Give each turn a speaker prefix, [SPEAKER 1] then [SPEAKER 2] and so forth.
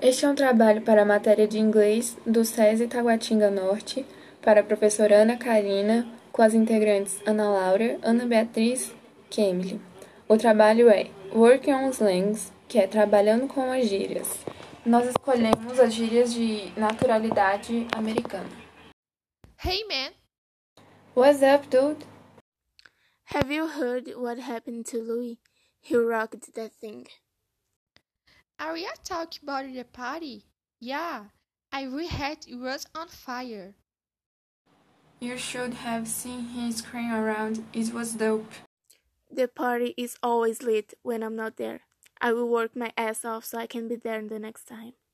[SPEAKER 1] Este é um trabalho para a matéria de inglês do SESI Taguatinga Norte, para a professora Ana Karina, com as integrantes Ana Laura, Ana Beatriz, Kemily. O trabalho é Work on Slangs, que é trabalhando com as gírias. Nós escolhemos as gírias de naturalidade americana.
[SPEAKER 2] Hey man,
[SPEAKER 1] What's up, dude?
[SPEAKER 3] Have you heard what happened to Louis? He rocked that thing.
[SPEAKER 2] are you talking about the party? Yeah, I really had it was on fire.
[SPEAKER 1] You should have seen him scream around. It was dope.
[SPEAKER 3] The party is always lit when I'm not there. I will work my ass off so I can be there the next time.